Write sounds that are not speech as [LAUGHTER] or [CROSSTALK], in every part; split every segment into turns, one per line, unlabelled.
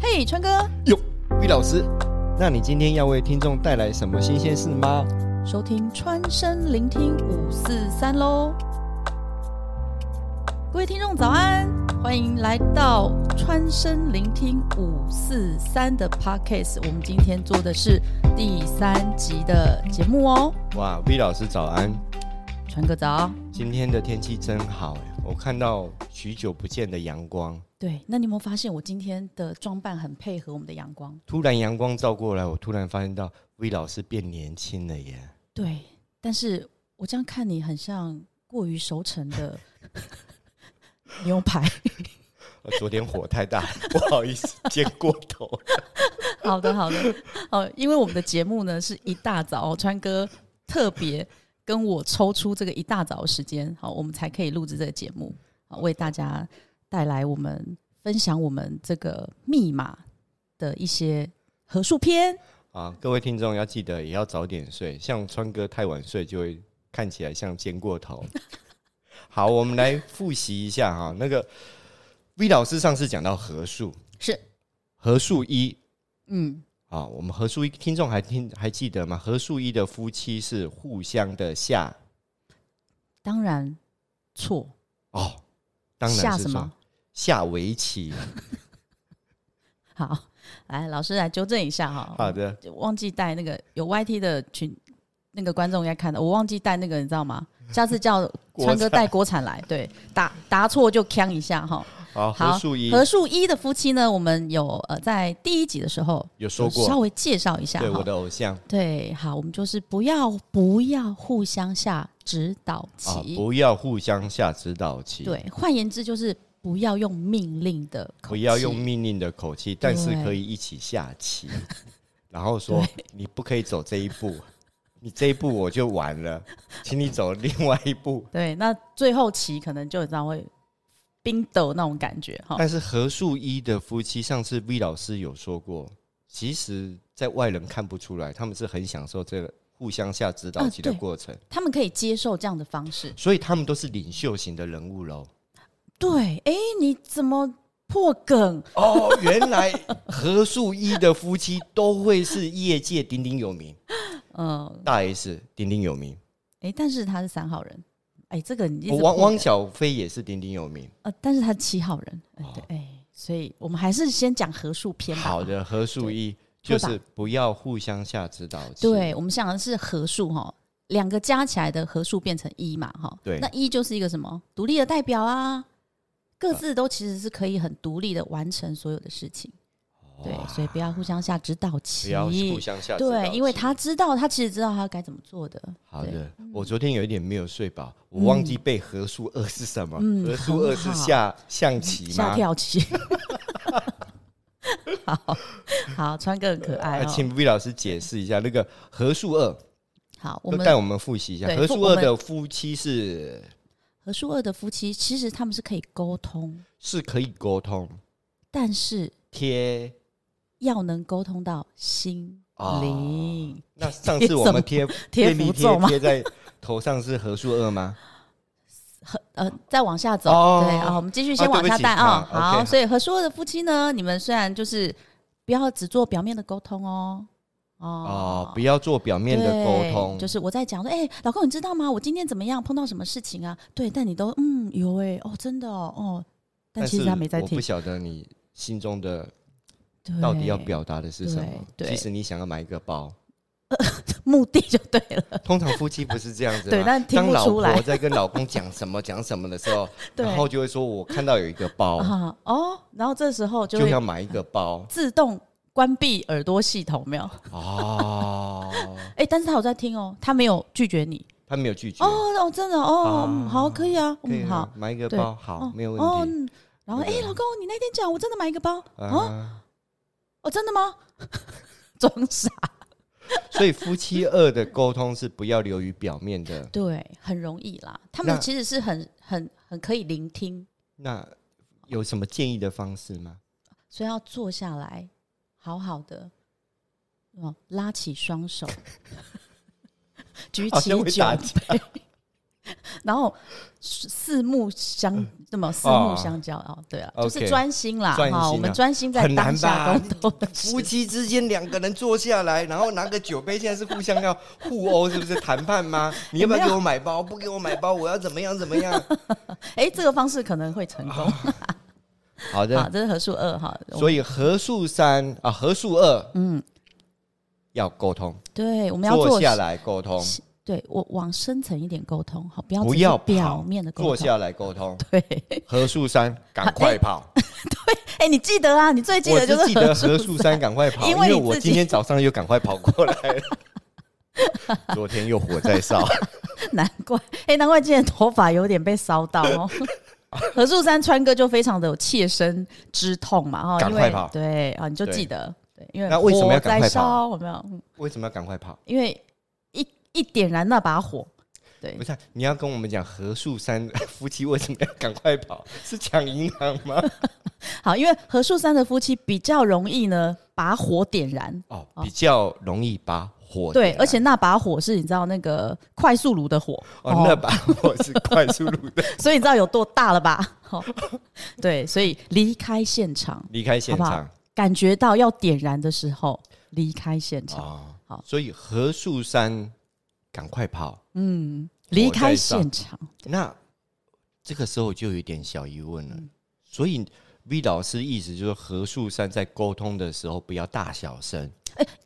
嘿，川哥，
哟，魏老师，那你今天要为听众带来什么新鲜事吗？
收听川声聆听五四三喽。各位听众早安，欢迎来到川声聆听五四三的 podcast。我们今天做的是第三集的节目哦。
哇魏老师早安，
川哥早，
今天的天气真好哎，我看到许久不见的阳光，
对，那你有没有发现我今天的装扮很配合我们的阳光？
突然阳光照过来，我突然发现到魏老师变年轻了耶。
对，但是我这样看你很像过于熟成的 [LAUGHS] 牛排。
呃昨天火太大， [LAUGHS] 不好意思，煎过头。
好的，好的，好，因为我们的节目呢是一大早，川哥特别跟我抽出这个一大早的时间，好，我们才可以录制这个节目，好，为大家带来我们分享我们这个密码的一些合数篇。
啊，各位听众要记得也要早点睡，像川哥太晚睡就会看起来像煎过
[LAUGHS]
头。好，我们来复习一下哈，那个 V 老师上次讲到合数
是，
合数一
嗯，
啊，我们合数一听众还听还记得吗？合数一的夫妻是互相的下
当然错，
哦，当然
下
是
什
说
么？
下围棋。
好，来，老师来纠正一下哈。
好的，
忘记带那个有 YT 的群，那个观众应该看到，我忘记带那个，你知道吗？下次叫
嗯 [LAUGHS] 国
川哥
产
带锅铲来，对，答答错就呛一下哈。
好，
好
合数一
何树一的夫妻呢，我们有呃在第一集的时候
有说过
稍微介绍一下
对我
哈。
的偶像
对，好，我们就是不要不要互相下指导
啊，
棋，
不要互相下指导棋。
对，换言之就是不要用命令的口气，
不要用命令的口气，但是可以一起下棋，然后说你不可以走这一步，你这一步我就完了，请你走另外一步。
对，那最后棋可能就你知道会冰斗那种感觉哈。
但是何树一的夫妻，上次 V 老师有说过，其实在外人看不出来，他们是很享受这个互相下指导棋的
啊对
过程，
他们可以接受这样的方式。
所以他们都是领袖型的人物喽。
对，哎，你怎么破梗？
哦，原来何树一的夫妻都会是业界鼎鼎有名，
嗯，
大 S 鼎鼎有名。
哎，但是他是三号人，哎，这个你一直
我哦汪
破梗
汪小菲也是鼎鼎有名。
呃，但是他是七号人，哎、对，哎，所以我们还是先讲合数篇吧。
哦好，的，何树一就是不要互相下指导棋。
对，我们想的是合数哈，两个加起来的合数变成一嘛哈。
对
那一就是一个什么独立的代表啊，各自都其实是可以很独立的完成所有的事情。对，所以不要互相下指导
不
棋，
要互相下指导棋。
对，因为他知道，他其实知道他该怎么做的。
好
对嗯
的，我昨天有一点没有睡饱，我忘记背何数二是什么。
嗯
何数二是
很好
下象棋
下
吗？
跳棋。 [LAUGHS] 好好，川哥很可爱
啊，
哦。
请 V 老师解释一下那个何数二，
好，我
就
们
带我们复习一下
对
何
复
数
我
二
们
的夫妻是
和叔二的夫妻其实他们是可以沟通，
是可以沟通
但是
贴。
要能沟通到心
啊
灵。
那上次我们贴
贴
便利
符咒吗
贴在头上是何数二吗？
呃，再往下走，
哦
对啊，我们继续
啊
先往
对不
下
起
带啊。
啊，OK，
好，所以和叔二的夫妻呢，你们虽然就是不要只做表面的沟通哦，
哦
哦，，
不要做表面的沟
对
通，
就是我在讲说，哎、老公，你知道吗？我今天怎么样，碰到什么事情啊？对，但你都嗯有哎、哦，真的哦哦，但其实
是
他没在
我不
听，
晓得你心中的
对
到底要表达的是什么。
对对
其实你想要买一个包，
目的就对了，
通常夫妻不是这样子吗。
[LAUGHS] 对但听不
当老
出来
婆在跟老公讲什么讲什么的时候，
[LAUGHS] 对
然后就会说：“我看到有一个包，
啊哦，然后这时候就
就
会
要买一
[LAUGHS]
个包。
自动关闭耳朵系统，没有？”
哦，
哎、但是他有在听哦，他没有拒绝你
他没有拒绝。
哦，哦，真的哦，
啊
嗯好，可以啊，
可以
嗯，好
啊，，买一个
对
包好，
哦
没有
哦
问题。
嗯然后，哎、
对
老公，你那天讲，我真的买一个包，哦，
啊，
哦，真的吗？ [LAUGHS] 装傻，
所以夫妻二的沟通是不要流于表面的。
对，很容易啦。他们
那
其实是很很很可以聆听，
那有什么建议的方式吗？
所以要坐下来，好好的，哦，拉起双手，举 [LAUGHS]
好
起
像会
酒
打架
杯， [LAUGHS] 然后四目相，那么四目相交啊，对啊，就
嗯哦 OK，
是专心啦
专心啊
哈，我们专心在
很难
当下
吧
宫斗的事
夫妻之间两个人坐下来，然后拿个酒杯，现在是互相要互殴，是不是谈
[LAUGHS]
判吗？你要不要给我买包？不给我买包，我要怎么样怎么样？
哎，这个方式可能会成功。
好
[LAUGHS] 好，
的，
这是合数二哈。
所
以，
以合数三啊，合数二，嗯，要沟通，
对，我们要
坐
做
下来沟通，
对我往深层一点沟通，好，不要
不
只是
要跑
表面的沟
坐
通。
下来沟通。
对，
合数三，赶快跑！
哎，你记得啊，你最记
我
得就
只记得
是
合数三，赶快跑，因
[LAUGHS] 因为
为
你
我
自己
今天早上又赶快跑过来
[LAUGHS]
了。昨天又火在烧，
难怪，哎，难怪今天头发有点被烧到
[LAUGHS]
哦。何树山川哥就非常的有切身之痛嘛，哈，
赶
因
快
为
跑
对啊，你就
对
记得，对，因为
那为什么要
火
赶快
在
跑
烧，有没有？嗯
为什么要赶快跑？
因为一一点燃那把火，对
不，是啊、你要跟我们讲何树山 [LAUGHS] 夫妻为什么要赶快跑？ [LAUGHS] 是抢银行吗？
好，因为何树山的夫妻比较容易呢把火点燃，
哦，
哦
比较容易把火
对
点，燃啊
而且那把火是你知道那个快速炉的火
哦，那把火是快速炉的， [LAUGHS]
所以你知道有多大了吧？ [LAUGHS] 哦，对，所以离开现场，
离开现
好
场
感觉到要点燃的时候，离开现场，
哦
好
所以何树山赶快跑。
嗯，
火在
离开现场，
那这个时候就有一点小疑问
嗯
了。所以 V 老师意思就是何树山在沟通的时候不要大小声，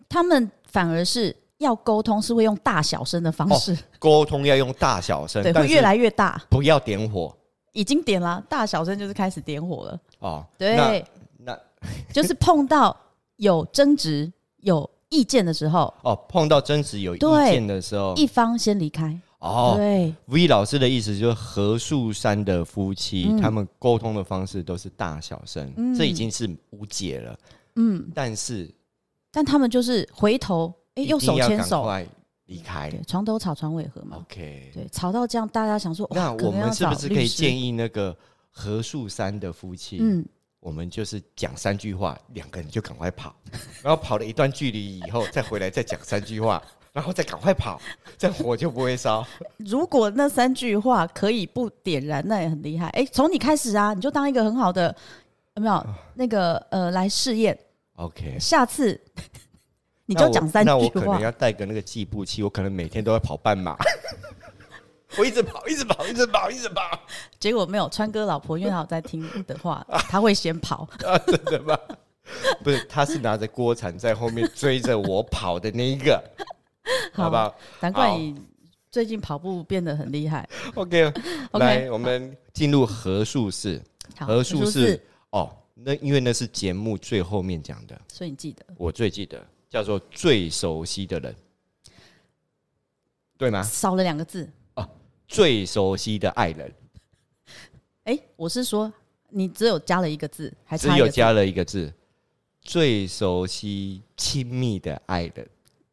他们反而是要沟通，是会用大小声的方式，
沟通要用大小声，
对，
哦但
会
是
越来越大，
不要点火
已经点了，大小声就是开始点火了，
哦。
对，
那， [LAUGHS] 那
就是碰到有争执、有意见的时候，
哦，碰到争执有意
对
见的时候，
一方先离开。
哦
对，
，V 老师的意思就是何树山的夫妻，
嗯
他们沟通的方式都是大小声，
嗯
这已经是无解了。
嗯，
但是
但他们就是回头，哎、
一
用
定
手
要
牵
赶
手，
快离开。
对，床头吵，床尾和嘛。
OK，
对，吵到这样，大家想说，哇
那
可
我
能要
们是不
找
是
律
可以
师
建议那个何树山的夫妻，
嗯，
我们就是讲三句话，两个人就赶快跑， [LAUGHS] 然后跑了一段距离以后再回来再讲三句话，然后再赶快跑，这样火就不会烧。
如果那三句话可以不点燃，那也很厉害。哎、从你开始啊，你就当一个很好的，有没有
啊
那个呃来试验？
OK，
下次你
那
就
我
讲三
那我
句
可
话
能，要带个那个计步器，我可能每天都要跑半
[LAUGHS]
马。我一直跑，一直跑，一直跑，一直跑，
结果没有。川哥老婆因为他有在听的
[LAUGHS]
话，他会先跑。
啊，真的吗？不是，他是拿着锅铲在后面追着我跑的那一个，好不好？
难怪
好
你最近跑步变得很厉害。
OK，
OK，
来，我们进入合数式。
好
合
合
数
数
式
式
哦，那因为那是节目最后面讲的，
所以你记得
我最记得叫做最熟悉的人，对吗？
少了两个字。
最熟悉的爱人，
哎、我是说你只有加了一个字，还
只
差一
有
个字
加了一个字，最熟悉亲密的爱人。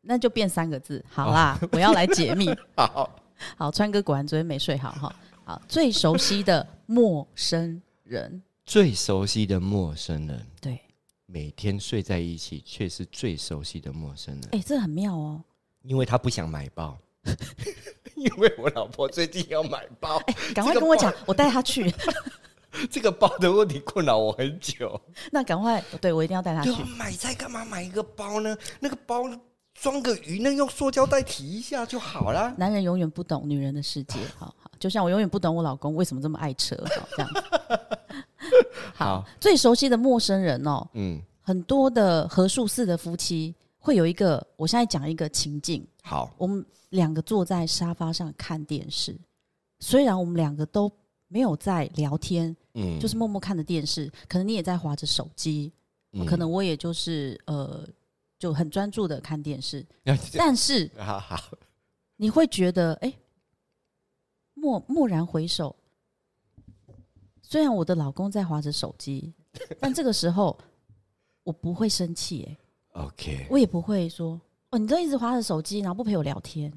那就变三个字。好啦，我要来解密。
哦 [LAUGHS] 好，
好，川哥果然昨天没睡好哈。好，最熟悉的陌生人，
最熟悉的陌生人，
对，
每天睡在一起，却是最熟悉的陌生人。
哎、这很妙哦。
因为他不想买包， [LAUGHS] 因为我老婆最近要买包，
赶快
这个
跟我讲，我带他去。 [LAUGHS]
这个包的问题困扰我很久。
那赶快，对我一定要带他
对
去
啊。，买菜干嘛买一个包呢？那个包装个鱼，那用塑胶袋提一下就好啦。
男人永远不懂女人的世界，好好，就像我永远不懂我老公为什么这么爱车，好这样子。
[LAUGHS] 好，
最熟悉的陌生人哦，
嗯，
很多的合数式的夫妻会有一个，我现在讲一个情境，
好，
我们两个坐在沙发上看电视，虽然我们两个都没有在聊天，
嗯
就是默默看着电视，可能你也在划着手机，
嗯
可能我也就是呃，就很专注的看电视，
要
但是
好好，
你会觉得，哎、蓦蓦然回首，虽然我的老公在划着手机，
[LAUGHS]
但这个时候我不会生气，哎，
OK，
我也不会说，哦，你都一直划着手机，然后不陪我聊天。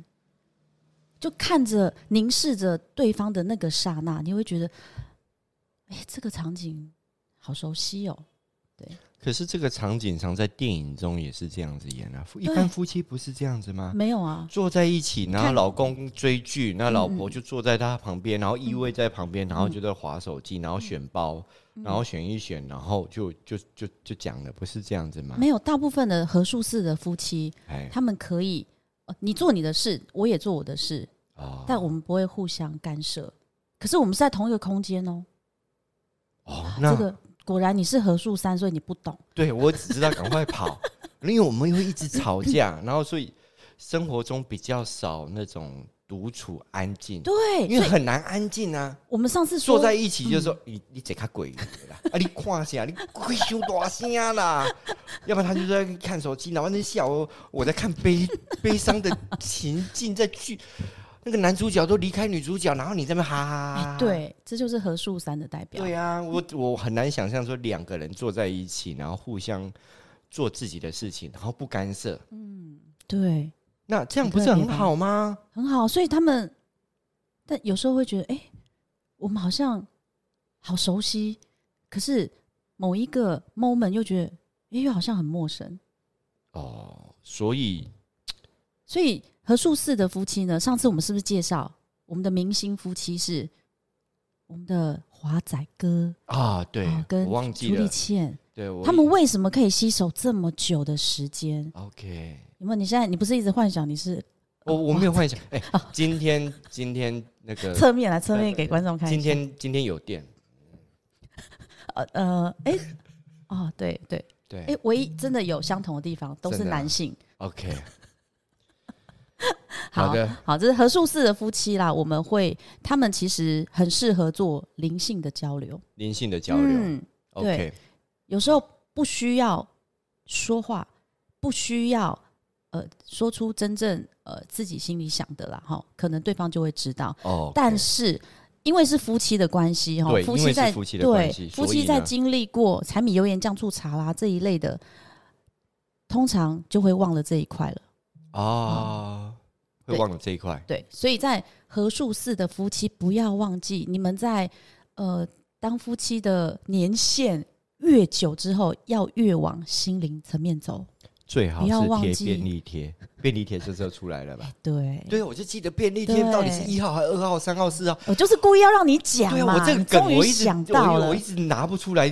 就看着凝视着对方的那个刹那，你会觉得，哎、这个场景好熟悉哦。
可是这个场景常在电影中也是这样子演啊，夫一般夫妻不是这样子吗？
没有啊，
坐在一起，然后
看
老公追剧，那老婆
嗯
就坐在他旁边，然后依偎在旁边，然后就在划手机，然后选包，
嗯
然后选一选，然后就就就就讲了，不是这样子吗？
没有。大部分的合宿式的夫妻，
哎，
他们可以、呃你做你的事，我也做我的事，
哦
但我们不会互相干涉。可是我们是在同一个空间哦。
哦，那
这个果然你是合宿三，所以你不懂。
对我只知道赶快跑， [LAUGHS] 因为我们会一直吵架，然后所以生活中比较少那种独处安静，
对，
因为
所以
很难安静啊。
我们上次说
坐在一起就说、
嗯
你你这卡鬼啦，啊你看下你鬼修大声啦， [LAUGHS] 要不然他就在看手机，然后在笑哦，我在看悲悲伤的情境，在剧 [LAUGHS] 那个男主角都离开女主角，然后你在那边哈哈哈哈、
哎，对，这就是合宿三的代表。
啊对啊，我我很难想象说两个人坐在一起，然后互相做自己的事情，然后不干涉，
对，
那这样不是很好吗？
很好。所以他们，但有时候会觉得，哎、我们好像好熟悉，可是某一个 moment 又觉得，哎、又好像很陌生。
哦，所以
所以合宿四的夫妻呢，上次我们是不是介绍我们的明星夫妻是我们的华仔哥
啊，对，
哦跟
我忘
朱
记
丽
了，
倩，
对我
他们为什么可以携手这么久的时间？
OK。
有没有？你现在你不是一直幻想你是
我哦我没有幻想，哎、今天今天那个，
侧面来侧面给观众看一
呃今
下？
天今天有电，
呃呃，哎、哦对对，
对、
哎、唯一真的有相同的地方都是
真的啊
男性。
o k
好
好的
好，这是合宿式的夫妻啦，我们会他们其实很适合做灵性的交流，
灵性的交流、
嗯，
o k
有时候不需要说话，不需要呃说出真正呃自己心里想的啦，哈，可能对方就会知道。
哦，
但是因为是夫妻的关系哈
对，
夫
因为
妻
是
在
夫妻的
对
关系
夫
所
妻
以
在
呢
经历过柴米油盐酱醋茶啦这一类的，通常就会忘了这一块了。嗯
哦，会
对
忘了这一块，
对，所以在合数四的夫妻不要忘记，你们在呃当夫妻的年限越久之后，要越往心灵层面走。
最好
不要忘
是
记
贴便利贴，便利贴这时候出来了吧？
[LAUGHS] 对，
对，我就记得便利贴到底是
对
一号、还是二号、三号、四号。
我就是故意要让你讲
对啊，
嘛，
我这个
你
梗
终于
我一直
想到
我
了
我一。直拿不出来，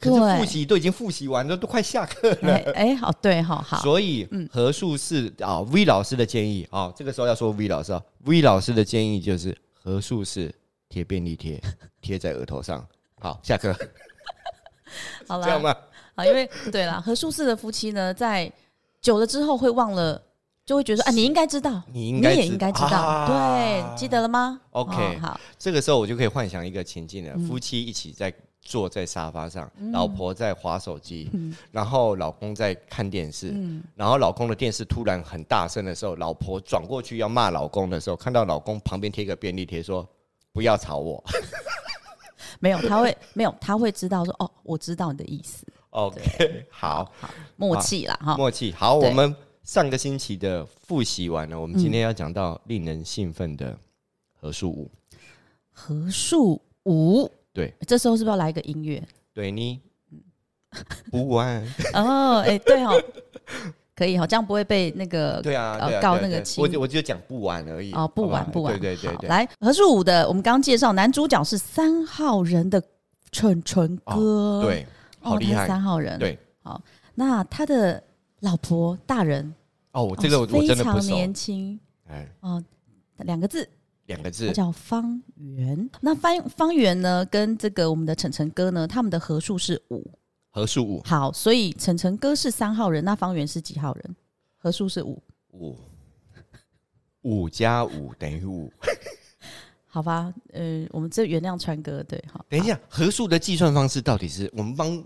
可
对
是复习都已经复习完了，都快下课了。
哎哎，好，对，好嗯好，
所以合数式啊、v 老师的建议啊、这个时候要说 V 老师啊，V 老师的建议就是合数式贴便利
[LAUGHS]
贴，贴在额头上。好，下课，
好
这样
啦，
吗？
好，因为对啦，合数四的夫妻呢，在久了之后会忘了，就会觉得说啊，你应该知道，
你应
你
该
也应该知道，
啊
对，记得了吗
OK
哦好，
这个时候我就可以幻想一个情境了：
嗯
夫妻一起在坐在沙发上，老婆在划手机，
嗯
然后老公在看电视，然后老公的电视突然很大声的时候，老婆转过去要骂老公的时候，看到老公旁边贴一个便利贴说。不要吵我
没有，他会没有，他会知道说哦，我知道你的意思。
，OK，好，
默契啦，哈，
啊默契。好，
对
我们上个星期的复习完了，我们今天要讲到令人兴奋的合数舞。
合数五，
对，
这时候是不是要来一个音乐？
对你
[LAUGHS]
不玩，
哦，哎，对哦，可以哈，这样不会被那个
对啊，
呃
对啊
告
对啊
那个
对啊
亲
我就我就讲不玩而已。
哦不
好
晚
吧哎
不晚，
对对对
好
对。
来合数五的，我们刚刚介绍男主角是三号人的蠢蠢哥，，
对，好
哦，
厉
他是
害。
三号人，
对，
好，那他的老婆大人，
哦，我
哦
这个我我
非
真的不
常
熟。
年轻
哎，
哦，两个字，
两个
他
字
叫方圆。那方方圆呢，跟这个我们的晨晨哥呢，他们的合数是五。
合数五
好，所以晨晨哥是三号人，那方圆是几号人？合数是五，
五五加五等于五。
好吧？呃，我们这原谅川哥，对，好，
等一下，合数的计算方式到底是我们帮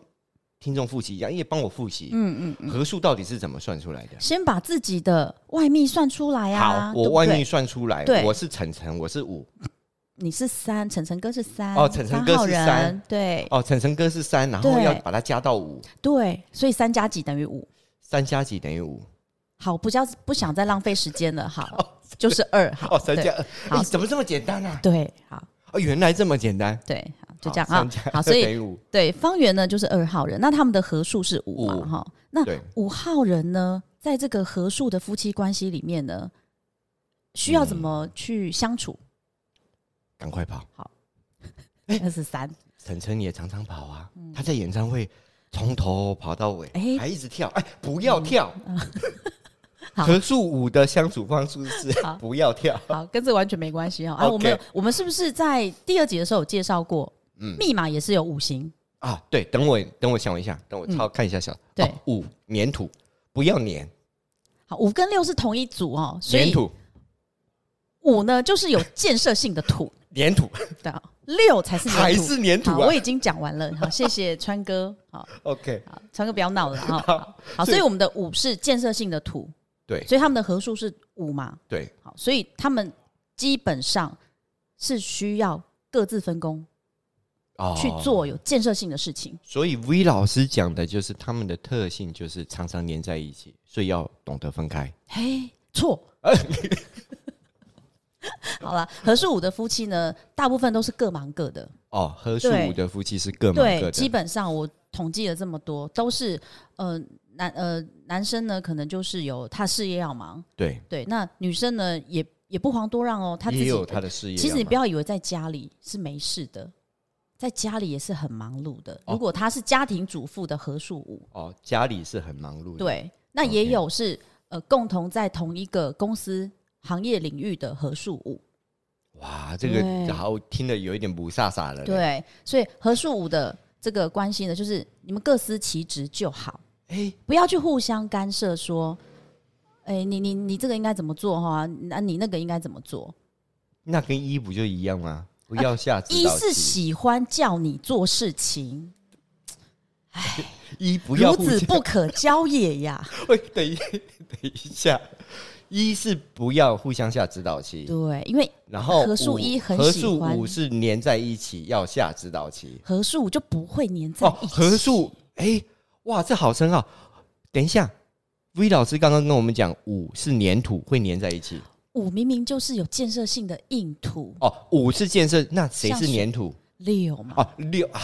听众复习一样，也帮我复习。
嗯嗯嗯，
合数到底是怎么算出来的？
先把自己的外密算出来啊。
好，
对
我
不
外
对
面算出来
对，
我是晨晨，我是五。
你是三，晨晨哥是三，
哦晨晨哥
号
是
人
三，
对
哦，晨晨哥是三，然后
对
要把它加到五，
对，所以三加几等于五。
三加几等于五？
好，不叫不想再浪费时间了，
[LAUGHS]
好，就是二，好，
哦，三
对
加二，
好
哎，怎么这么简单啊？
对，好，
哦，原来这么简单。
对，好，就这样
好
啊
三。加
好所以
二等于五
对，方圆呢就是二号人，那他们的合数是五
五
嘛，哈。那
对
五号人呢，在这个合数的夫妻关系里面呢，需要怎
嗯
么去相处？
赶快跑。哎
二十三，
晨晨也常常跑啊，
嗯
他在演唱会从头跑到尾，
哎
还一直跳，哎，不要跳。
嗯
[LAUGHS]
好
合数五的相处方式是
好
[LAUGHS] 不要跳，
好，跟这完全没关系哈。啊，
OK
我们有我们是不是在第二集的时候有介绍过？
嗯
密码也是有五行，
啊，对，等我等我想一下，等我
嗯
抄看一下小
对
哦五粘土，不要粘
好，五跟六是同一组哦，所
粘
以
土
五呢就是有建设性的土， [LAUGHS]
粘土
对啊，六才是粘土
还是粘土
好，
啊
我已经讲完了，好，谢谢川哥，好，
？OK，
好，川哥不要
[LAUGHS]
闹了哈，好，好所以我们的五是建设性的土，
对
所以他们的合数是五嘛，
对，
好，所以他们基本上是需要各自分工
哦
去做有建设性的事情，
所以 V 老师讲的就是他们的特性，就是常常粘在一起，所以要懂得分开。
嘿，
[LAUGHS]
错。好了，合数五的夫妻呢，大部分都是各忙各的，
哦，合数
对
五的夫妻是各忙各
对，
的，
基本上我统计了这么多，都是呃男呃男生呢，可能就是有他事业要忙，
对，
对，那女生呢也也不遑多让哦，她自
也
己
有他的事业要忙。
其实你不要以为在家里是没事的，在家里也是很忙碌的。
哦
如果她是家庭主妇的合数五，
哦，家里是很忙碌的。，
对，那也
OK
有是呃共同在同一个公司行业领域的合数五，
哇，这
对
个好听的有一点不飒飒了。，
对，所以合数五的这个关系呢，就是你们各司其职就好。
哎，
不要去互相干涉，说，哎、你你你这个应该怎么做哈？那、你那个应该怎么做？
那跟一不就一样吗？不要下指
一
导
啊是
棋，
喜欢叫你做事情，
一不要
孺
互
子
相。
不可交也呀。
[LAUGHS] 喂，等一等一下，一是不要互相下指导棋，
对，因为
然后
合数
五
一很
合
喜
数
欢
五是粘在一起要下指导棋。
合数就不会粘在
哦
一，起。
合数，哎，哇，这好深奥。等一下，V 老师刚刚跟我们讲，五是粘土会粘在一起。
五明明就是有建设性的硬土，
哦，五是建设，那谁
像
是
水
粘土？
六嘛。
哦，六啊，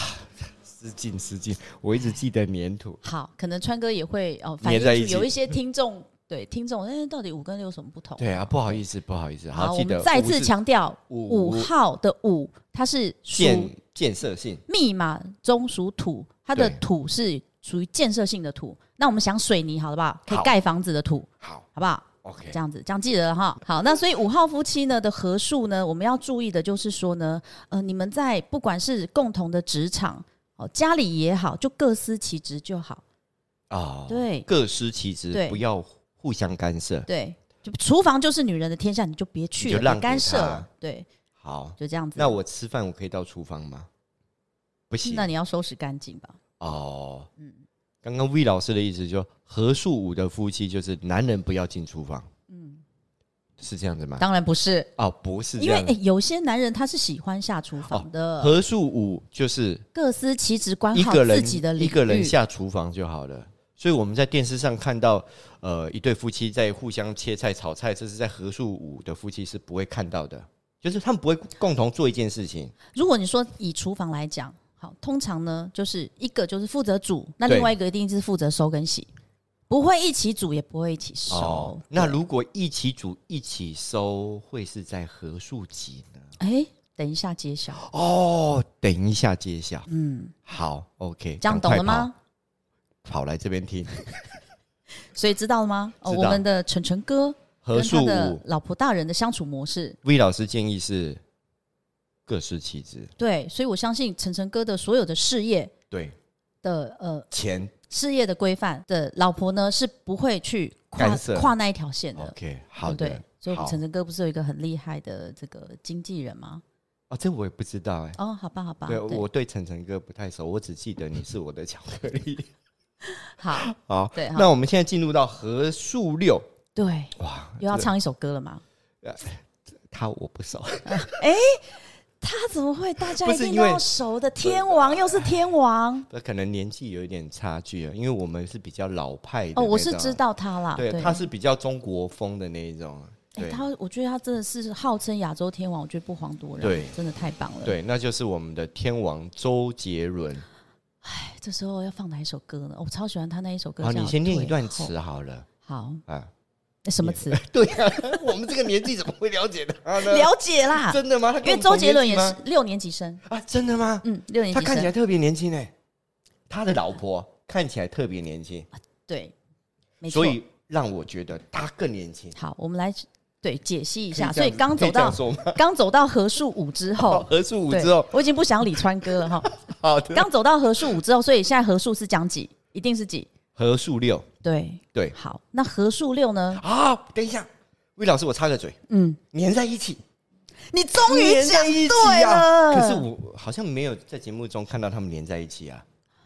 失敬失敬，我一直记得粘土。
好，可能川哥也会哦，反映
粘在
出
一起
有一些听众对听众，哎、到底五跟六有什么不同？
对啊，不好意思，不好意思，
好，
好，
我
记得
们再
五
次
是
强调，
五
五号的五，它是属
建建设性
密码中属土，它的
对
土是属于建设性的土。那我们想水泥好了不好？可以
好
盖房子的土，
好
好不好？
，OK，
这样子，这样记得了哈。好，那所以五号夫妻呢的合数呢，我们要注意的就是说呢，呃，你们在不管是共同的职场哦，家里也好，就各司其职就好。
哦，
对
各司其职，
对
不要互相干涉。
对，就厨房就是女人的天下，你就别去
你
了，
就让
别干涉
给她
了。对，
好，
就这样子。
那我吃饭我可以到厨房吗？不行
那你要收拾干净吧。
哦。
嗯
刚刚 V 老师的意思就合数五的夫妻就是男人不要进厨房，
嗯，
是这样子吗？
当然不是，
哦，不是这
因为、哎
样
诶
子。
有些男人他是喜欢下厨房的。
合数五就是
各司其职，管
一
好
个人
自己的领域。
一个人下厨房就好了。所以我们在电视上看到，呃，一对夫妻在互相切菜、炒菜，这是在合数五的夫妻是不会看到的，就是他们不会共同做一件事情。
如果你说以厨房来讲，好，通常呢就是一个就是负责煮，那
对
另外一个一定是负责收跟洗，不会一起煮，也不会一起收。
哦那如果一起煮、一起收，会是在合数几呢？
哎，等一下揭晓。
哦，等一下揭晓。
嗯，
好，OK，
这样懂了吗？
赶快跑？跑来这边听，
所以知道了吗？哦，
知
我
道
们的晨晨哥
合
跟他
数
的
五
老婆大人的相处模式，
，V 老师建议是各司其职。
对，所以我相信晨晨哥的所有的事业
对，
的呃
钱
事业的规范的老婆呢是不会去跨
干涉
跨那一条线的。
，OK，好
对
的
不对，所以我们
好
晨晨哥不是有一个很厉害的这个经纪人吗？
哦，这我也不知道哎、
哦，好吧，好吧，
对，我对晨晨哥不太熟，我只记得你是我的巧克 [LAUGHS] 力。
好，
[LAUGHS] 好，
对，好，
那我们现在进入到合数六，
对，
哇，
又要
这个
唱一首歌了吗？
他我不熟，
他啊怎么会？大家
不
一
是
定
因
都
为
要熟的，天王又是天王
这可能年纪有一点差距啊，因为我们是比较老派的
哦，我
那
是
种
知道他啦，
对
对，
他是比较中国风的那一种，啊
哎、
对
他我觉得他真的是号称亚洲天王，我觉得不遑多让，
对
真的太棒了。，
对，那就是我们的天王周杰伦。
哎，这时候要放哪一首歌呢？我超喜欢他那一首歌叫
好，
《
你先念一段
退后
词好了
好，哎
啊。
什么
[LAUGHS]
词？
对啊，我们这个年纪怎么会了解他呢？
了解啦，
真的吗？他
因
跟我
为
们
周
同
杰伦也
年纪
是
吗
六年级生，
啊，真的吗？
嗯，六年
他
级
看起
生
来，特别年轻哎，他的老婆看起来特别年轻，
对，没错
所。以让我觉得他更年轻。
好，我们来对解析一下。
可
啊所
以
以
这样
刚
可以
走
这样
到
说吗
刚走到何树武之
好，
后，
[LAUGHS] 何素武
对
哦之后，，啊
我已经不想理川哥
[LAUGHS]
了哈。
好的，
刚走到何树武之后，所以现在何树是讲几？一定是几？
何素六
对
对
好，那何树六呢？
啊，等一下，魏老师，我插个嘴，
嗯，
粘在一起，
你终于
粘
讲
在一
对
起啊！
了。
可是我好像没有在节目中看到他们粘在一起啊。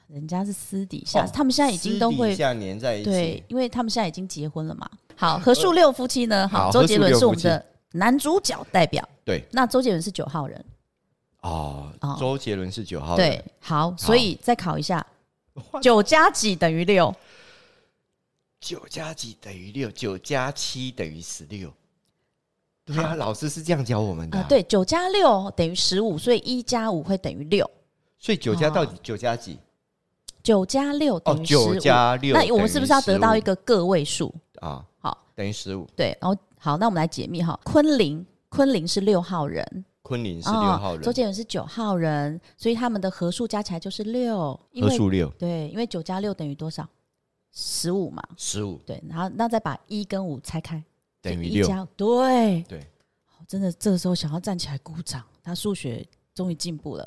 人家是私底下，
哦
他们现在已经都
私底
会
下粘在一
对
起，，
因为他们现在已经结婚了嘛。好，何树六夫妻呢？
好
周杰伦
何树
是
六
我
夫
们
妻
的男主角代表。
对
那周杰伦是九号人，
哦
哦，
周杰伦是九号人，
对，好，所以再考一下，九加几等于六？
九加几等于六，九加七等于十六。对啊，老师是这样教我们的、
啊，，对，九加六等于十五，所以一加五会等于六。
所以九加到底九加几？
九加六
哦
啊等，于十
九
五，
加六等于15。
那我们是不是要得到一个个位数？
啊？
好，
等于十五。
对，然后好，那我们来解密哈。昆凌，昆凌是六号人，
昆凌是
哦，
六号人，
周杰伦是九号人，所以他们的合数加起来就是六。因
何
为
数六
对，因为九加六等于多少？十五嘛。
十五
对，然后那再把一跟五拆开，
等于
就一
六。
加对
对，
我真的这个时候想要站起来鼓掌，他数学终于进步了。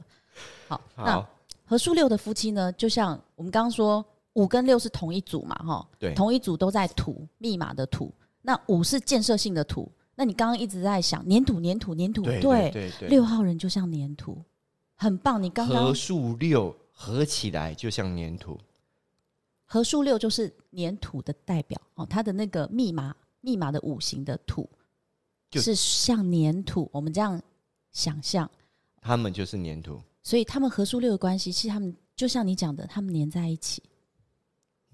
好，那
好，
合数六的夫妻呢，就像我们刚刚说，五跟六是同一组嘛，哈，
对
同一组都在土密码的土，那五是建设性的土。那你刚刚一直在想粘土、粘土、粘土，
对对对对，
六号人就像粘土，很棒。你刚
合
刚
数六合起来就像粘土，
合数六就是粘土的代表哦，它的那个密码密码的五行的土
就是
像粘土，我们这样想象，
他们就是粘土。
所以他们合数六的关系，其实他们就像你讲的，他们粘在一起。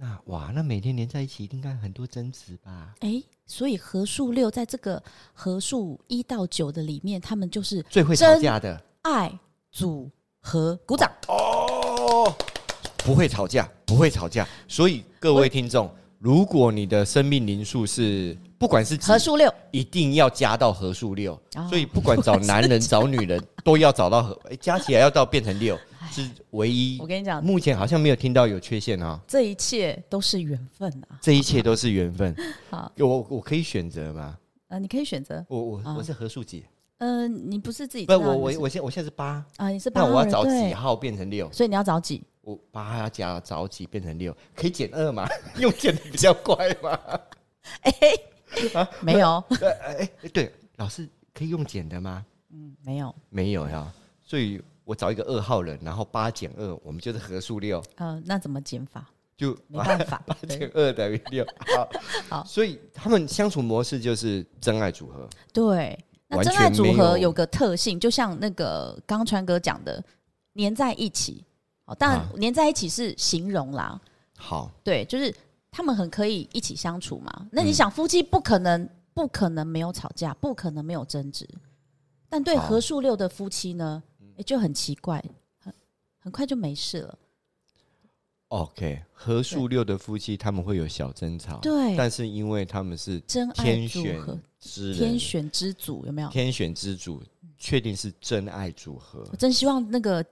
那哇，那每天粘在一起应该很多争执吧？
诶，所以合数六在这个合数一到九的里面，他们就是
最会吵架的
爱组合，鼓掌。
哦，不会吵架，不会吵架。所以各位听众，如果你的生命灵数是不管是几
合，数六，
一定要加到合数六。
哦
所以不管找男人找女人，都要
[LAUGHS]
找到合，诶加起来要到变成六，是唯一
哎我。跟你讲，
目前好像没有听到有缺陷啊，
这一切都是缘分啊。
这一切都是缘分。
好，
我我可以选择吗？
呃，你可以选择。
我我
啊
我是合数几？
嗯、你不是自己
不，
知道
我
你
我
是
我现我现在是八，
啊，你是八
那
号人
我要找啊几
对
号变成六？
所以你要找几？
我八加找几变成六，可以减二吗？ [LAUGHS] 用减的比较快吗？
没有，
呃哎、哎 [LAUGHS] 对，老师可以用减的吗？
嗯， [LAUGHS] 没有，
没有呀，所以我找一个二号人，然后八减二，我们就是合数六，
呃，那怎么减法？
就
没办法，
八
对
减二等于六。 [LAUGHS]
好
所以他们相处模式就是真爱组合。
对。那
完
真爱
全
组
没
合
有
有个特性，就像那个刚刚川哥讲的，粘在一起。哦，当然
啊
粘在一起是形容啦，
好，
对，就是他们很可以一起相处嘛。那你
嗯
想，夫妻不可能不可能没有吵架，不可能没有争执，但对
好
合数六的夫妻呢，诶就很奇怪，很很快就没事了。
OK，合数六的夫妻他们会有小争吵，
对
但是因为他们是
真爱
天
组
选
合，
之人
天，选之组有没有？
天选之主，确定是真爱组合，
我真希望那个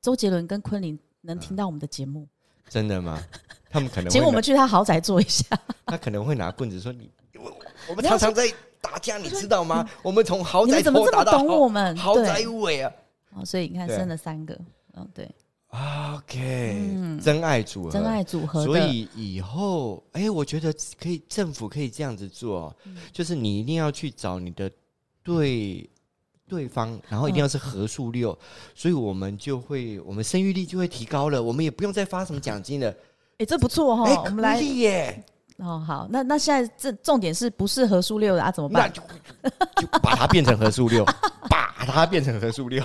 周杰伦跟昆凌能听到我们的节目，
真的吗？他们嗯可能
请
会
我
拿
们去他豪宅坐一下。
他可能会拿棍子说你，我我们常常在打架，你知道吗？我们从豪
嗯你
宅
们怎么
坡
这么
打
懂我
到
们？
豪宅
对，
尾啊。
哦，所以你看
对
生了三个，嗯，对，
啊 OK，真爱组合，
嗯真爱组合的，
所以以后，哎、我觉得可以，政府可以这样子做，哦
嗯
就是你一定要去找你的对对方，然后一
嗯
定要是合数六，所以我们就会，我们生育率就会提高了，我们也不用再发什么奖金了。
哎，这不错
哎、
哈，我们来
可以耶，
哦，好，那那现在这重点是不是合数六的啊？怎么
那
办？
就就把它变成合
[LAUGHS]
数六，把它变成合数六，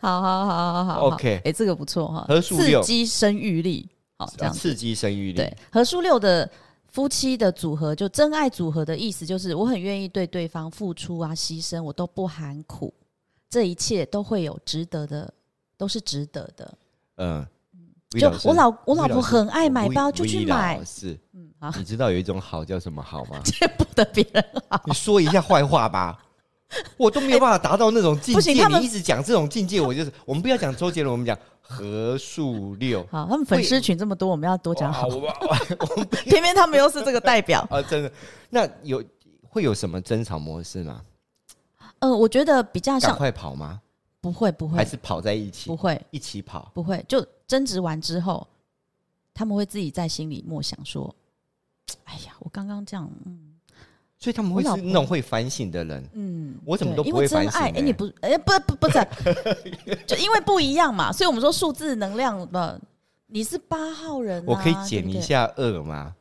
好好好好
[LAUGHS]
好好
OK
哎，这个不错哈，
合数六
刺激生育力，好这样子，
啊刺激生育力
对，合数六的夫妻的组合，就真爱组合的意思，就是我很愿意对对方付出啊、牺牲，我都不含苦，这一切都会有值得的，都是值得的。
嗯，
就我老我老
魏老
婆
师
很爱买
魏
包，就去
魏
买
老。师，
嗯，好，？
你知道有一种好叫什么好吗
见不得别人 [LAUGHS] 好。
你说一下坏话吧。我都没有办法达到那种
哎
境
不
界，
行他们
你一直讲这种境界，我就是我们不要讲周杰伦，我们讲何树六。
好，他们粉丝群这么多， [LAUGHS] 我们要多讲
哇
好。
我我。
[LAUGHS] 偏偏他们又是这个代表
啊，真的，那有会有什么争吵模式吗？
呃，我觉得比较
赶
像
快跑吗？
不会不
还
会
是跑在一起
不？会
一起跑？
不会，就争执完之后，他们会自己在心里默想说：“哎呀，我刚刚这样，嗯
所以他们
我
会
老
是那种会反省的人。
嗯，
我怎么
对
都不
因为
会
真
反省
爱，哎、
欸
你不，哎、不不不是， [LAUGHS] 就因为不一样嘛，所以我们说数字能量的，你是八号人、啊，
我可以
对
减
不对
一，下二吗？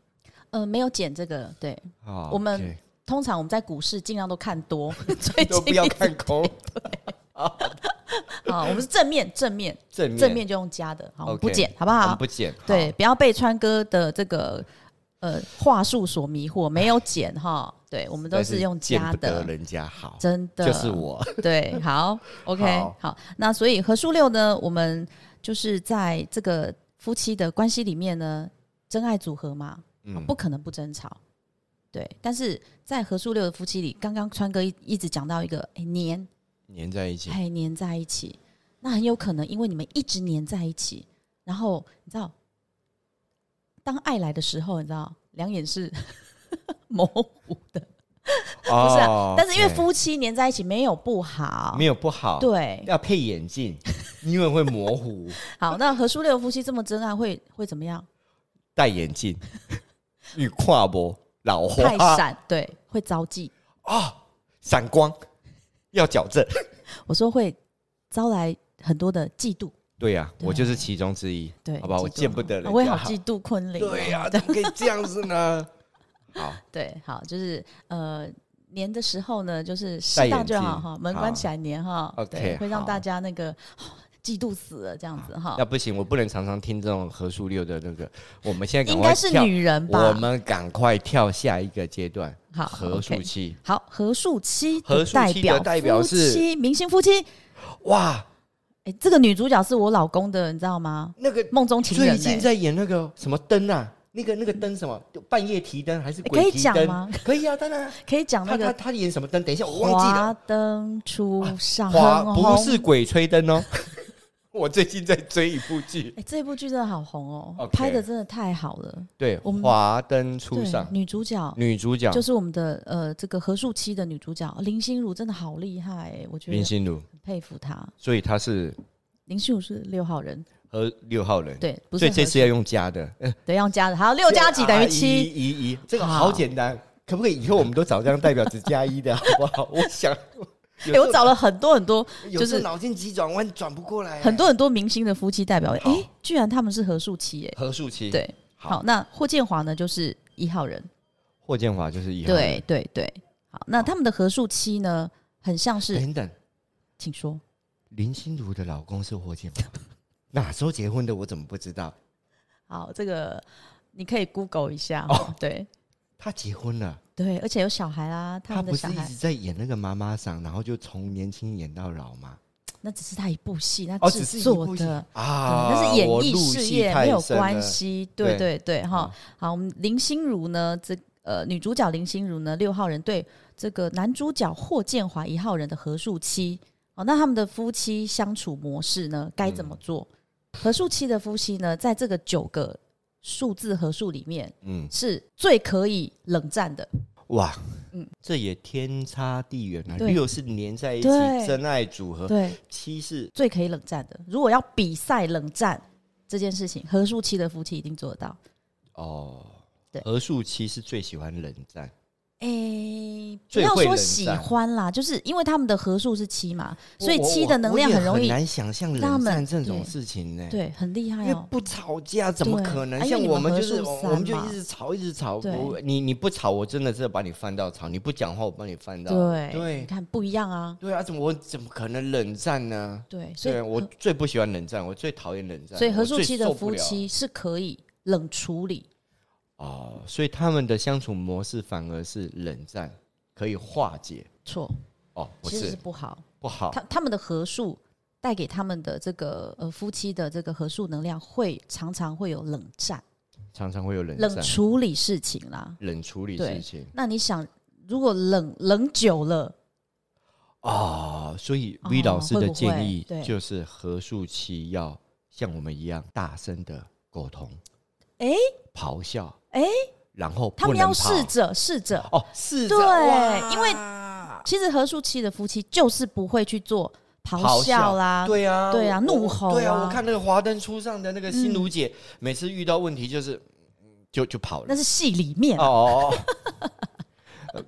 呃，没有减这个，对，
啊
我们
OK
[LAUGHS] 通常我们在股市尽量都看
[LAUGHS]
多，最
都
近
不
[LAUGHS]
要看空，
啊，我们是正面正面
正面
正面就用加的，好，我们不
OK
减，好不
我
好
们？不减。
对，不要被川哥的这个呃话术所迷惑，没有减
[LAUGHS]
哈。对，我们
好，
都
但
是用
见
加
不得
的，
人家好，
真的啊
就是。
[LAUGHS]
我。
对，
[LAUGHS]
好，OK，
好
好。那所以何数六呢，我们就是在这个夫妻的关系里面呢，真爱组合嘛，
嗯
不可能不争吵。对，但是在何数六的夫妻里，刚刚川哥一一直讲到一个哎黏，
粘在一起，
还黏在一起，那很有可能因为你们一直黏在一起，然后你知道，当爱来的时候，你知道两眼是 [LAUGHS] 模糊的， [LAUGHS] 不是啊、
哦
但是因为
OK
夫妻黏在一起没有不好，
没有不好，
对，
要配眼镜， [LAUGHS] 因为会模糊。
好，那何书六夫妻这么真爱会会怎么样？
戴眼镜， [LAUGHS] 与跨博老
太
花
闪，对，会招忌。
啊，闪光要矫正。
我说会招来很多的嫉妒，
对呀，
对
我就是其中之一。
对，
好吧，我
嫉妒
见不得人
我也
家
好
好
嫉妒昆凌哦，
对呀，怎么可以这样子
[LAUGHS]
呢？好，
对，好，就是呃，粘的时候呢，就是
戴
适当
眼
就好
镜
哈，门
好
关起来粘哈，
OK，
对，会让
好
大家那个哦嫉妒死了这样子哈
那。不行，我不能常常听这种何树六的那个。我们现在赶
应
快
该是
跳
女人吧？
我们赶快跳下一个阶段，
好
合数
OK
期。
好，合数七
合
的
数七的
表
代表
夫
是
妻明星夫妻。
哇，
哎，这个女主角是我老公的，你知道吗？
那个
梦中情
最
人
近
哎，
在演那个什么灯啊，那个那个灯什么半夜提灯还是
可
鬼
以
提
讲
灯
吗？
可以啊，当然啊。
可以讲那
他他
个
他演什么灯？等一下，我忘记了
华。
啊
灯初上，
华
很
不
红
是鬼吹灯
[LAUGHS]
哦。我最近在追一部剧，
哎，这部剧真的好红哦，
OK
拍的真的太好了。
对，
我们
华灯初
对
上，，
女主角
女主角
就是我们的呃这个何树七的女主角林心如，真的好厉害、我觉
林
得
心如，
很佩服她。
所以她是
林心如是六号人，
和六号人，
对，不
嗯所
是
以这
何
次要用加的，呃
对要加的，好，六加几等于七，
一一一，这个
好
好简单，可不可以以后我们都找这样代表只加一的好不好？我想，
哎、我找了很多很多
有
就
时候
是
脑筋急转弯转不过来，
很多很多明星的夫妻代表，哎、
哎好
居然他们是何树七、哎，
何树奇，
对，
好
好，那霍建华呢就是一号人，
霍建华就是一号人，
对对对，好，那他们的何树七呢，很像是，
等等，
请说，
林心如的老公是霍建华，哪时候结婚的我怎么不知道？
好，这个你可以 Google 一下，
哦
哦、对
他结婚了。
对，而且有小孩啦，他
他
们
不
的
是
小
一
孩
直，在演那个妈妈桑，然后就从年轻演到老吗？
那只是他一部戏，他
哦，
制
只是一
作
部戏
的。
啊
对，那是演
我
艺
入
事
戏
业
太
没有
深
关
了。
系，对对
对嗯
对哈。好，我们林心如呢，这呃女主角林心如呢，六号人对这个男主角霍建华一号人的何树七，哦，那他们的夫妻相处模式呢，该怎么做？
嗯
何树七的夫妻呢，在这个九个数字合数里面
嗯，
是最可以冷战的，
哇，
嗯
这也天差地远啊！
对
六是连在一起
对
真爱组合，
对，
七是
最可以冷战的。如果要比赛冷战这件事情，何树七的夫妻一定做得到。
哦
对，
何树七是最喜欢冷战，
诶、不
最
要
会
说
冷
喜
战
欢啦，就是因为他们的合数是七嘛，所以
我
七的能量
我我也
很
很
容易，
难想象
让他
冷
们
战这种
对
事情呢。
对，很厉害
因为
哦。
不吵架怎么
对
可能？
啊因为
像
你
我
们
们
合
就是
数
我
三
我们就
嘛
一直吵，一直吵。
对
我你你不吵，我真的是把你翻到吵；你不讲话，我把你翻到。
对，你
对
看不一样啊，
对啊！怎么我怎么可能冷战呢？
对，所以
对，啊我
合
最不喜欢冷战，我最讨厌冷战。
所以
我
合数
最
七的
受不
夫
了
妻是可以冷处理，
哦，所以他们的相处模式反而是冷战，可以化解
错，
哦，不
其实
是
是不好。
不好
他他们的合数带给他们的这个呃夫妻的这个合数能量，会常常会有冷战、
常常会有冷战、
冷处理事情啦。
冷处理
对
事情
那你想，如果冷冷久了，
啊、哦所以
哦
V 老师
会
的
不会
建议
对
就是合数期要像我们一样大声的沟通，
诶
咆哮，
诶
然后不
他们
能
要
跑
试着试着。
哦，试着
对
哇
因为其实合数期的夫妻就是不会去做咆
咆
哮
哮
啦，
对啊，
对啊
我
怒吼
对啊，
啊嗯
我看那个华灯初上的那个心如姐，每次遇到问题就是嗯就就跑了
那。是戏里面
哦。哦 [LAUGHS] 哦，呃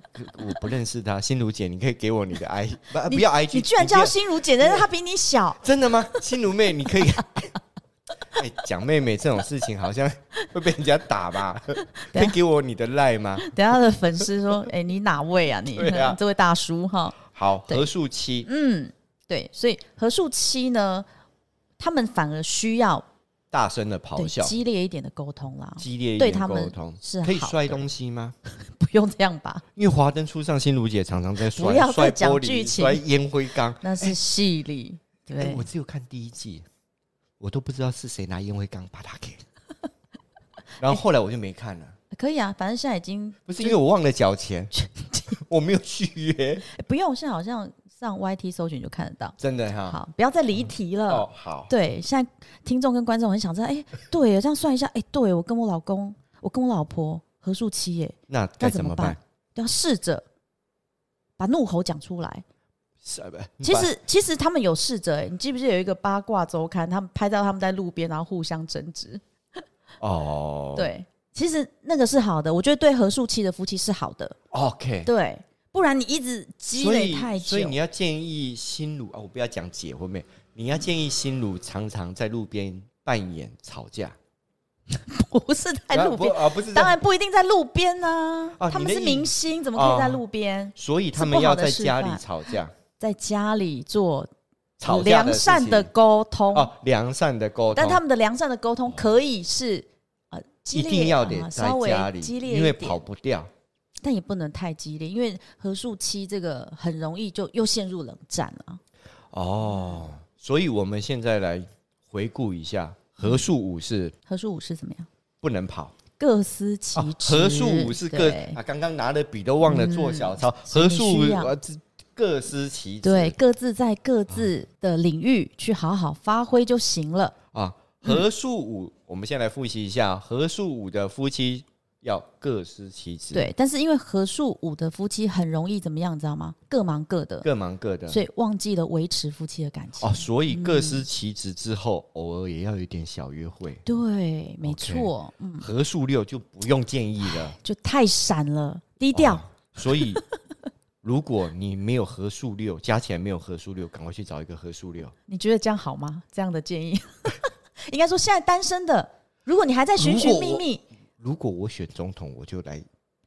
我不认识她，心如姐，你可以给我你的 I 不不要 I G，
你居然叫她
不要
心如姐，但是她比你
[LAUGHS]
小，
真的吗？心如妹，你可以。 [LAUGHS] 哎，讲妹妹这种事情好像会被人家打吧？可
[LAUGHS] 对
以
啊
给我你的赖吗？
等下她的粉丝说：“ [LAUGHS] 哎、你哪位啊？你、
对啊
[LAUGHS] 这位大叔哈。”
好，
对
合数期
嗯，对，所以合数期呢，他们反而需要
大声的咆
对
哮，
激烈一点的沟通啦， [LAUGHS]
激烈一
对
点
他们
沟通，
是
可以
好
摔
的
东西吗？
不用这样吧？
因为华灯初上，心如姐常常在
不
摔
要再
摔
讲
玻
剧
璃、
情
摔烟灰缸。
那是戏里，
哎、
对
我，只有看第一季，我都不知道是谁拿烟灰缸把它
[LAUGHS]
给。然后后来我就没看了，
可以啊，反正现在已经
不是因为我忘了缴钱， [LAUGHS] 我没有续约，
哎不用，现在好像上 YT 搜寻就看得到。
真的哈。
好，不要再离题了。
啊哦，好，
对，现在听众跟观众很想知道，哎、对耶，这样算一下，哎、对我跟我老公，我跟我老婆合数期耶，
那
那
该
怎
怎
么
么
办
办？？
要试着把怒吼讲出来。
是呃不
其实嗯其实他们有试着、欸，你记不记得有一个八卦周刊，他们拍到他们在路边，然后互相争执。
哦，
对，其实那个是好的，我觉得对合数期的夫妻是好的。
，OK。
对，不然你一直积
所
累
以，
太久
所以，你要建议心如啊，我不要讲姐或妹，你要建议心如常常在路边扮演吵架，
[LAUGHS] 不是在啊路边，
啊不啊，不是在
当然不一定在路边呢、
哦
他们
你的
是
意
明星，怎么可以在
哦
路边？
所以他
是不
们
好
要
的
在
示
家里
范
吵架，
在家里做
吵架
良
事
善的
情
沟通，
哦，良善的沟通，
但他们的良善的沟通可以是呃激
一
烈，
定要
啊
得在
稍微
家里，
激烈一点，
因为跑不掉。
但也不能太激烈，因为合数期这个很容易就又陷入冷战啊了。
哦，所以我们现在来回顾一下，合数五是
合数五是怎么样？不
不能跑，
各司其
啊
嗯职。
合数五是各
对
啊，刚刚拿了笔都忘了做小抄，
所以
合数五
需要
啊这各司其职，
对各自在各自的领域去好好发挥就行了。
啊，合数五，我们先来复习一下，合数五的夫妻要各司其职，，
对，但是因为合数五的夫妻很容易怎么样，你知道吗？各忙各的，
各忙各的。
所以嗯忘记了维持夫妻的感情。
哦，所以各司其职之后，偶尔也要有一点小约会。
对，没错，嗯，
合数六就不用建议了，
就太闪了，低调。
哦所以如果你没有合数六，加起来没有合数六，赶快去找一个合数六。
你觉得这样好吗？这样的建议， [LAUGHS] 应该说现在单身的，如果你还在寻寻觅觅，
如果我选总统，我就来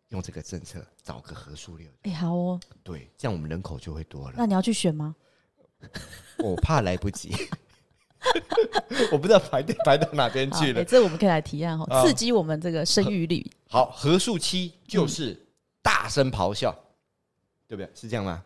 用这个政策找个合数六，
哎、好哦，
对，这样我们人口就会多
[LAUGHS]
了。
那你要去选吗？
我怕来不及， [LAUGHS] 我不知道排队排到哪边
好，
去了
哎。这我们可以来提案哦，
啊
刺激我们这个生育率。
好，合数七就是大声咆哮，对不对？是这样吗？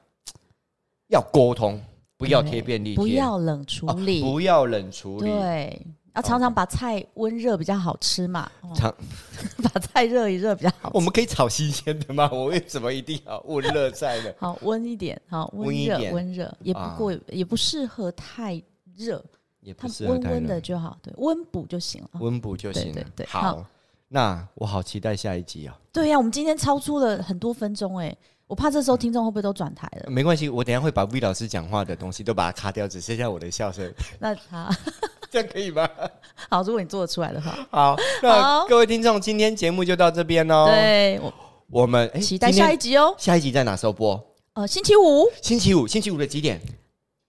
要沟通，不要贴便利贴，
嗯不要冷处
啊
理，
不要冷处理。
对，要常常把菜温热比较好吃嘛，哦
常
[LAUGHS] 把菜热一热比较好
我们可以炒新鲜的吗？ [LAUGHS] 我为什么一定要问热菜呢？
好温一点，好温
温一
热
点
温热，也不过、也不适合太热，
[LAUGHS] 也
它
不适合
温
太
温的
热，
就好，对，温补就行了。
温补就行了。
对对对
好
好，
那我好期待下一集啊！
对呀、我们今天超出了很多分钟哎、我怕这
嗯
时候听众会不会都转台了？
没关系，我等一下会把 V 老师讲话的东西都把它卡掉，只剩下我的
[LAUGHS]
笑声，
那好，
这样可以吗？
好，如果你做得出来的话，
好，那
好
各位听众，今天节目就到这边喽。，
对我
我们哦哎
期待
今天
下一集哦。
下一集在哪时候播？
呃，星期五，
星期五，星期五的几点？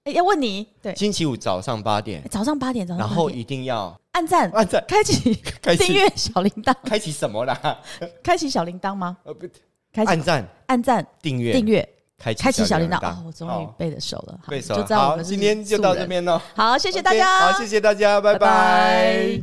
哎，要问你，对，
星期五早上八点
哎，早上八点，早上
然
八
后
点，
一定要
按赞，
按赞
开启
[LAUGHS] 开
订
启
阅小铃铛，
开启什么啦？
开启小铃铛吗？
呃不，
开启
按赞、
按赞，
订阅、
订阅，
开启
开启小铃
铃
铛。哦，我终于
好
背得熟了，好
背熟
就
了。
知道我
好，
们是
今天就
素
到这
人。
边喽，
好，谢
谢
谢大家，
好，谢谢大家，拜拜。